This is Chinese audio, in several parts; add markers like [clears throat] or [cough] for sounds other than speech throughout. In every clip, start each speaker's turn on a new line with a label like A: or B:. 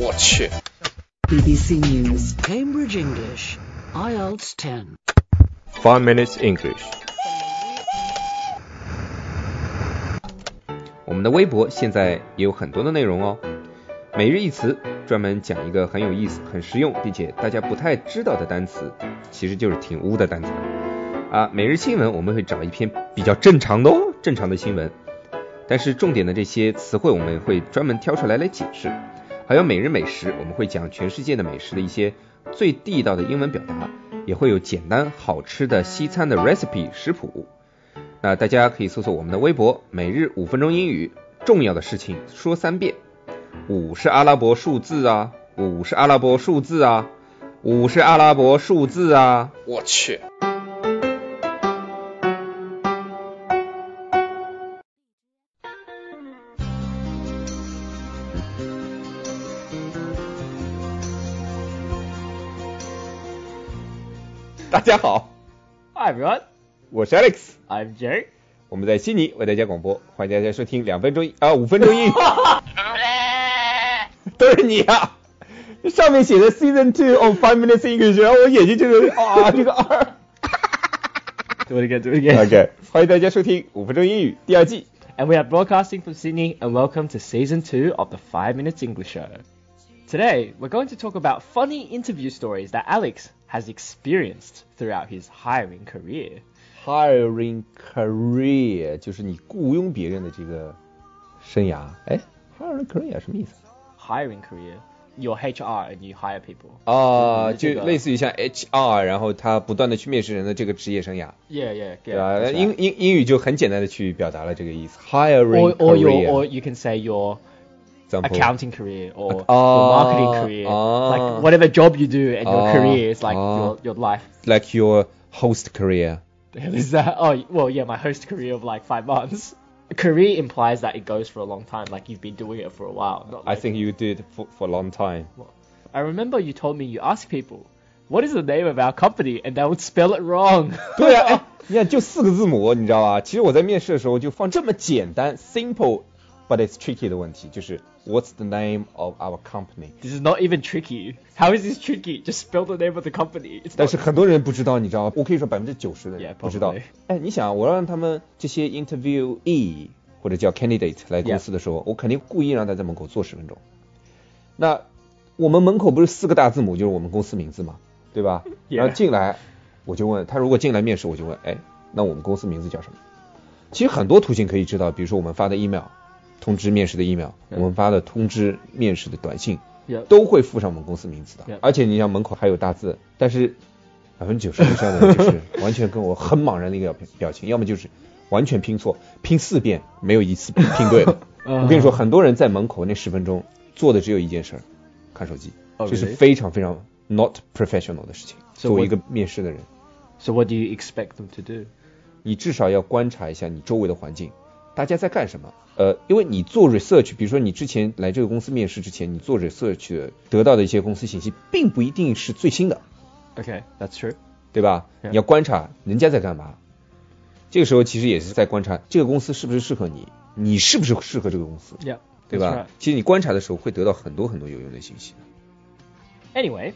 A: 我去，
B: BBC News, Cambridge English, IELTS 10.
C: Five minutes English。我们的微博现在也有很多的内容哦，每日一词专门讲一个很有意思、很实用，并且大家不太知道的单词，其实就是挺污的单词啊。每日新闻我们会找一篇比较正常的哦，正常的新闻，但是重点的这些词汇我们会专门挑出来来解释。还有每日美食，我们会讲全世界的美食的一些最地道的英文表达，也会有简单好吃的西餐的 recipe 食谱。那大家可以搜索我们的微博“每日五分钟英语”，重要的事情说三遍。五是阿拉伯数字啊，五是阿拉伯数字啊，五是阿拉伯数字啊。
A: 我去。
C: 大家好，
D: Hi everyone,
C: 我是 Alex，
D: I'm Jerry.
C: 我们在悉尼为大家广播，欢迎大家收听两分钟啊五分钟英语， [laughs] 都是你啊！这上面写的 Season Two of Five Minutes English，然后我眼睛这个啊这个二。
D: Do it again, do it
C: [laughs]
D: again.
C: OK，欢迎大家收听五分钟英语第二季。
D: And we are broadcasting from Sydney, and welcome to season two of the Five Minutes English Show. Today, we're going to talk about funny interview stories that Alex has experienced throughout his hiring career.
C: Hiring career 就是你雇佣别人的这个生涯。哎，hiring career 什么意思？
D: Hiring career, you're HR and you hire people.
C: 啊，
D: 就是这
C: 就
D: 个
C: 类似于像 HR，然后他不断的去面试人的这个职业生涯，
D: Yeah, yeah, yeah.
C: 对吧？
D: that's right.
C: 英英英语就很简单的去表达了这个意思。Hiring
D: or, or your,
C: career，
D: or you can say your
C: example
D: accounting career or your
C: Ah,
D: marketing career,
C: ah.
D: like whatever job you do, and your
C: Ah,
D: career is like
C: ah.
D: your, your life.
C: like your host career。
D: The hell is that? Oh, well, yeah, my host career of like five months. Career implies that it goes for a long time, like you've been doing it for a while. Not
C: I
D: like-
C: think you did for for a long time。
D: I remember you told me you asked people, what is the name of our company? And they would spell it wrong. [laughs]
C: [laughs] 对啊，哎，你看就四个字母，你知道吧？其实我在面试的时候就放这么简单 simple but it's tricky 的问题，就是 What's the name of our company？
D: this is not even tricky. How is this tricky? Just spell the name of the company. It's
C: 但
D: not...
C: 是很多人不知道，你知道吗？我可以说百分之九十的人
D: Yeah,
C: 不知道
D: probably.。
C: 哎，你想，我让他们这些 interviewee 或者叫 candidate 来公司的时候，我肯定故意让他在门口坐十分钟。那我们门口不是四个大字母，就是我们公司名字嘛，对吧
D: Yeah.
C: 然后进来，我就问他，如果进来面试，我就问，哎，那我们公司名字叫什么？其实很多途径可以知道，比如说我们发的 email 通知面试的 email，我们发的通知面试的短信，
D: Yeah.
C: 都会附上我们公司名字的
D: Yeah.。
C: 而且你像门口还有大字，但是百分之九十以上的人就是 [laughs] 完全跟我很茫然的一个表表情，要么就是完全拼错，拼四遍没有一次拼对的。我跟你说，很多人在门口那十分钟做的只有一件事儿，看手机，
D: Oh,
C: 这是
D: really?
C: 非常非常 not professional 的事情。
D: So
C: 作为
D: what-
C: 一个面试的人，
D: So what do you expect them to do?
C: 你至少要观察一下你周围的环境，大家在干什么。呃，因为你做 research，比如说你之前来这个公司面试之前，你做 research 的得到的一些公司信息，并不一定是最新的，
D: Okay, that's true.
C: 对吧？
D: Yeah.
C: 你要观察人家在干嘛。这个时候其实也是在观察这个公司是不是适合你，你是不是适合这个公司，
D: Yeah.
C: 对
D: that's
C: 吧
D: right.？
C: 其实你观察的时候会得到很多很多有用的信息。
D: Anyway,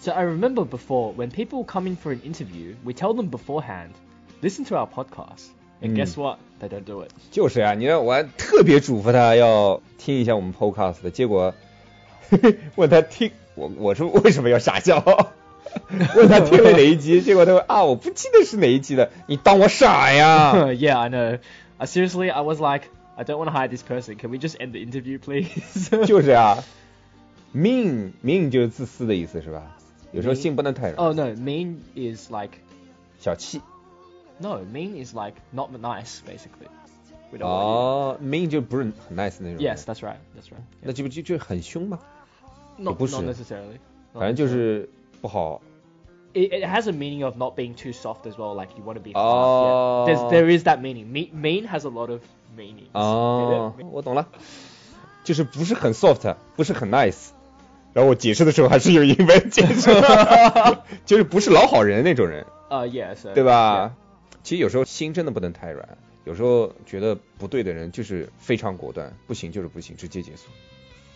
D: so I remember before when people come in for an interview, we tell them beforehand, listen to our podcast. And
C: Mm.
D: guess what? They don't do it.
C: 就是啊，你让我还特别嘱咐他要听一下我们 podcast 的，结果 [laughs] 问他听我我是 [laughs] 为什么要傻笑？问他听了哪一集，结果他说啊我不记得是哪一集的，你当我傻
D: [laughs]
C: 呀？
D: yeah, I know. I seriously, I was like, I don't want to hire this person. Can we just end the interview, [laughs] please?
C: 就是啊，mean mean 就是自私的意思是吧？有时候心不能太软
D: oh no, mean is like
C: 小气。
D: no, mean is like not nice, basically. We don't want
C: 哦，mean 就不是很 nice 的那种
D: you. Yes, that's right. That's right.
C: 那就不就就很凶吗？
D: Not,
C: 也不是。
D: not necessarily. Not
C: 反正就
D: necessarily.
C: 是不好
D: It, it has a meaning of not being too soft as well. Like you want to be.
C: Oh.
D: Hard. Yeah. There's, there is that meaning. Mean, mean has a lot of meanings.
C: 哦
D: Yeah.，
C: 我懂了，就是不是很 soft，不是很 nice。然后我解释的时候还是用英文解
D: [laughs]
C: 释，就是不是老好人那种人，
D: Uh, yeah. So.
C: 对吧？其实有时候心真的不能太软，有时候觉得不对的人就是非常果断，不行就是不行，直接结束。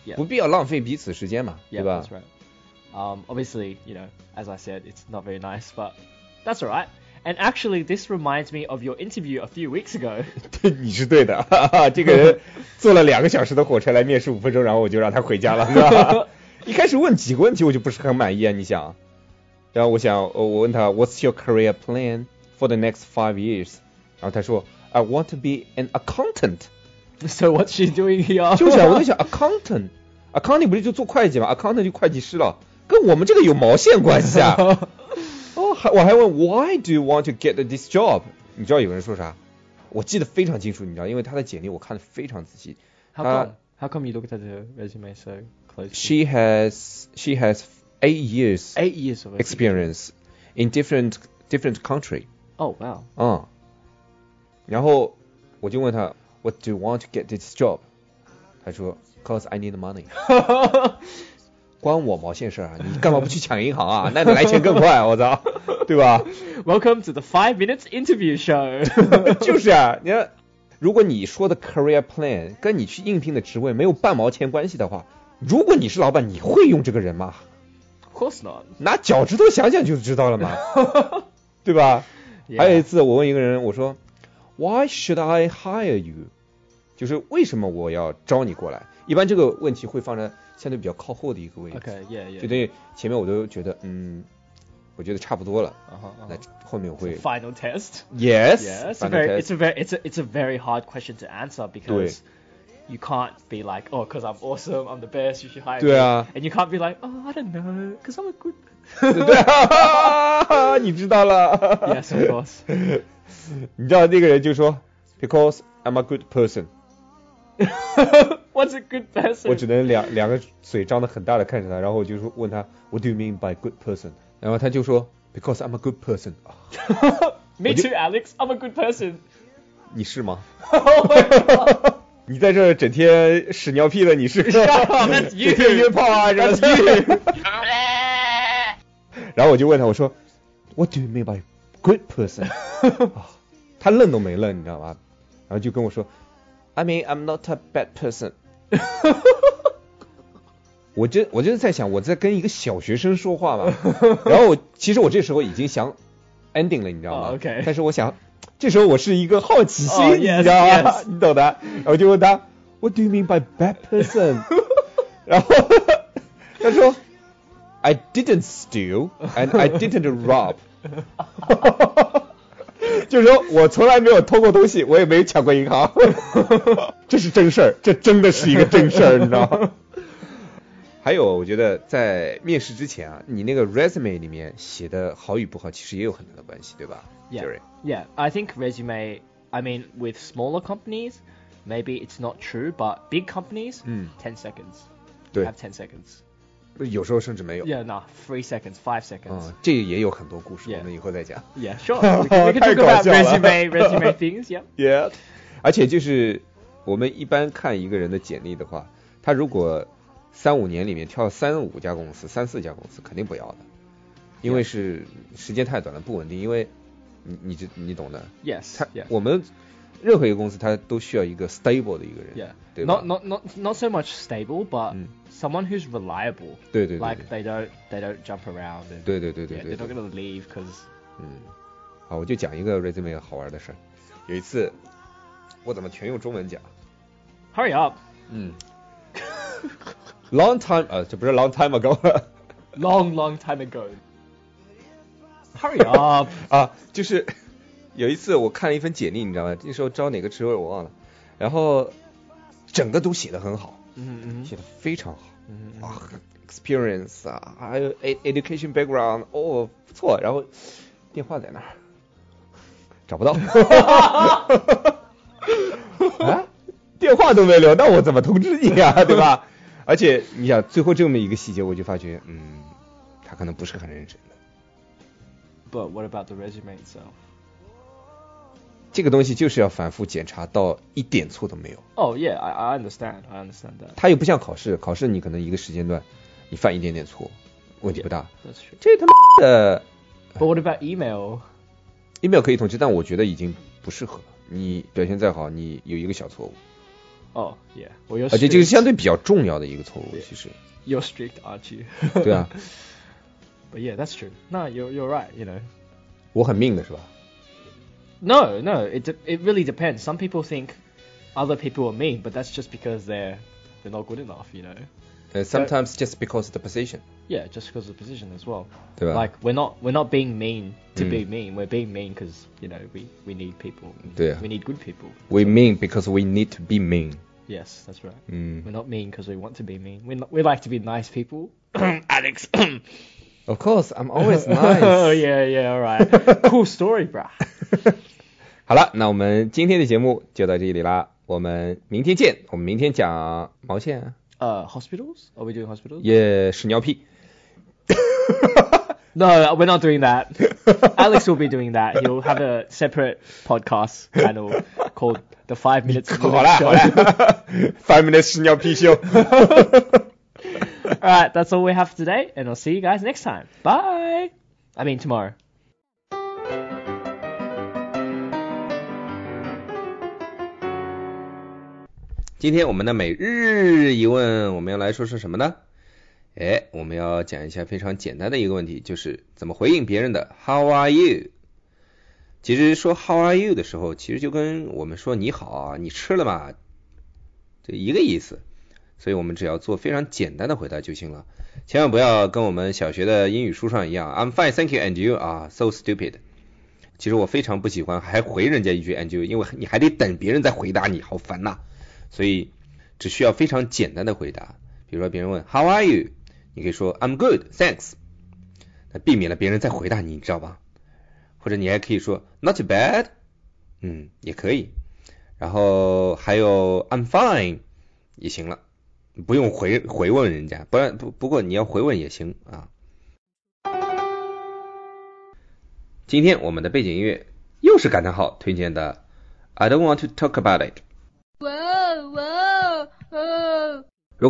D: yeah. Yeah.
C: 不必要浪费彼此时间嘛，
D: Yeah,
C: 对吧
D: that's right. Um, obviously, you know, as I said, it's not very nice, but that's all right. And actually, this reminds me of your interview a few weeks ago. [laughs]
C: 对， [laughs] 你是对的，哈哈，这个人坐了两个小时的火车来面试五分钟，然后我就让他回家了， [laughs] 是吧？一开始问几个问题我就不是很满意啊，你想，然后我想，呃我问他 What's your career plan for the next five years？然后他说 I want to be an accountant，
D: so what's she doing [laughs] here?
C: 就是啊我在想 accountant，accounting 不是就做会计嘛，accountant 就会计师了，跟我们这个有毛线关系
D: [laughs]
C: 啊？哦，还我还问 Why do you want to get this job？你知道有人说啥？我记得非常清楚，你知道，因为他的简历我看的非常仔细。
D: How
C: Uh,
D: come? How come you looked at her resume so closely?
C: She has she has eight years
D: eight years of
C: experience
D: experience.
C: in different different country.
D: Oh wow. [laughs]
C: 嗯，然后我就问他 What do you want to get this job？他说 Cause I need money。关我毛线事儿啊！你干嘛不去抢银行啊？ [laughs] 那你来钱更快，我操， [laughs] 对吧？
D: Welcome to the five minutes interview show. [laughs]
C: 就是啊，你看，如果你说的 career plan 跟你去应聘的职位没有半毛钱关系的话，如果你是老板，你会用这个人吗？
D: of course not.
C: 拿脚趾头想想就知道了嘛，对吧？
D: Yeah.
C: 还有一次，我问一个人，我说 Why should I hire you？就是为什么我要招你过来？一般这个问题会放在相对比较靠后的一个位置
D: Okay. Yeah. Yeah.
C: 就等于前面我都觉得嗯，我觉得差不多了，
D: Uh-huh, uh-huh.
C: 那后面我
D: It's a
C: 会
D: final test.
C: yes，
D: Yeah, it's a
C: 反
D: very,
C: 正
D: it's a very, it's a, it's a very hard question to answer because you can't be like, oh, because I'm awesome, I'm the best, you should hire
C: 对
D: me.
C: 啊，
D: And you can't be like, oh, I don't know, because I'm a good.
C: 对
D: [laughs]
C: 啊， [laughs] 你知道了，
D: yes, of course.
C: 你知道那个人就说 because I'm a good person，
D: What's a good
C: 我
D: person?
C: 只能两两个嘴张得很大的看着他，然后我就说问他 What do you mean by good person？然后他就说 Because I'm a good person 啊。
D: me
C: would you-
D: too, Alex. I'm a good person.
C: 你是
D: [laughs]
C: 吗？你在这儿整天屎尿屁的，你是？
D: [laughs] That's
C: 整天
D: you.
C: 约炮啊什么的。然后我就问他，我说 What do you mean by good
D: [laughs]
C: person？啊他愣都没愣，你知道吗？然后就跟我说 I mean I'm not a bad person 。我真我就是在想，我在跟一个小学生说话
D: [laughs]
C: 嘛。然后我其实我这时候已经想 ending 了，你知道吗
D: 哦，OK
C: 但是我想，这时候我是一个好奇心
D: 哦
C: 你
D: ，yes，
C: 知道吗
D: yes
C: 你懂的。然后我就问他 What do you mean by bad
D: [laughs]
C: person？然后 [laughs] 他说 I didn't steal and I didn't rob。就是说我从来没有偷过东西，我也没有抢过银行， [laughs] 这是真事儿，这真的是一个真事儿，你知道
D: [laughs]
C: 吗？还有，我觉得在面试之前啊，你那个 resume 里面写的好与不好，其实也有很大的关系，对吧
D: Yeah.
C: Jerry？
D: Yeah, I think resume. I mean, with smaller companies, maybe it's not true, but big companies,
C: Mm.
D: ten seconds.
C: 对
D: Have，ten seconds.
C: 有时候甚至没有。
D: Yeah, nah, three seconds, five
C: 嗯
D: seconds.，
C: 这也有很多故事，
D: Yeah
C: 我们以后再讲。
D: Yeah, sure. We can, we can
C: 太
D: talk about
C: 搞笑了。
D: resume, resume things. Yeah.
C: Yeah，而且就是我们一般看一个人的简历的话，他如果三五年里面跳三五家公司、三四家公司，肯定不要的，因为是时间太短了，不稳定。因为你你这你懂的，
D: Yes.
C: 他
D: Yeah.
C: 我们任何一个公司，它都需要一个 stable 的一个人
D: Yeah.
C: 对吧
D: Not not not not so much stable, but
C: Oh, Mm.
D: someone who's reliable.
C: 对对对
D: Like they don't they don't jump around and
C: 对对对对
D: yeah,
C: 对对
D: they're not。gonna leave because
C: 嗯，好，我就讲一个 resume 好玩的事儿。有一次，我怎么全用中文讲？
D: hurry up.
C: 嗯，long time 呃，这不是 long time ago 了
D: Long long time ago.
C: [laughs]
D: Hurry up.
C: 啊，就是有一次我看了一份简历，你知道吗？那时候招哪个职位我忘了，然后整个都写的很好，
D: Mhm,
C: 写的非常好
D: mhm,
C: 啊，experience 啊，还有 ed- education background，哦，不错。然后电话在哪儿？找不到。啊，电话都没留，那我怎么通知你啊？对吧？而且你想，最后这么一个细节，我就发觉，嗯，他可能不是很认真的。
D: mhm. But what about the resume itself?
C: 这个东西就是要反复检查到一点错都没有。
D: Oh yeah, I, I understand. I understand that.
C: 它又不像考试，考试你可能一个时间段你犯一点点错，问题不大。
D: That's true.
C: 这他妈的
D: But what about email?
C: email 可以通知，但我觉得已经不适合了。你表现再好，你有一个小错误，
D: Oh, yeah. Well, you're
C: 而且这个
D: strict.
C: 相对比较重要的一个错误，其实
D: You're strict, aren't you?
C: [laughs] 对啊，
D: [laughs] But yeah, that's true. No, you're you're right. You know.
C: 我很命的 [laughs] 是吧？
D: No, no. It de- it really depends. Some people think other people are mean, but that's just because they're they're not good enough. You know.
C: 呃，sometimes just because the position，
D: Yeah, just because of the position as well.
C: 对吧？
D: Like we're not we're not being mean to
C: Mm.
D: be mean. We're being mean because you know we we need people. We,
C: Yeah.
D: we need good people.
C: We mean because we need to be mean。
D: Yes, that's right.
C: 嗯
D: We're not mean because we want to be mean. We we like to be nice people. [clears throat] Alex.
C: ，Of course, I'm [laughs] always
D: oh
C: nice。
D: yeah, yeah. All right. cool story, bruh.
C: 好了，那我们今天的节目就到这里啦，我们明天见。我们明天讲毛线，啊
D: Uh, hospitals? Are we doing hospitals?
C: 也屎尿 [laughs] 屁。
D: No, we're not doing that. Alex will be doing that. He'll have a separate podcast channel called The Five Minutes.
C: 好啦好啦，Five minutes 屎尿屁秀。
D: All right, that's all we have today, and I'll see you guys next time. Bye. I mean tomorrow.
C: 今天我们的每日一问，我们要来说说什么呢？哎，我们要讲一下非常简单的一个问题，就是怎么回应别人的 “How are you”。其实说 “How are you” 的时候，其实就跟我们说“你好啊，你吃了吗”这一个意思。所以我们只要做非常简单的回答就行了，千万不要跟我们小学的英语书上一样，“I'm fine, thank you, and you” 啊，so stupid。其实我非常不喜欢还回人家一句 “and you”，因为你还得等别人再回答你，好烦呐、所以只需要非常简单的回答，比如说别人问 How are you？你可以说 I'm good, thanks。那避免了别人再回答你，你知道吧？或者你还可以说 Not too bad，嗯，也可以。然后还有 I'm fine 也行了，不用回回问人家，不然不不过你要回问也行啊。今天我们的背景音乐又是感叹号推荐的 I don't want to talk about it。
A: Whoa, whoa, oh. whoa.
C: 如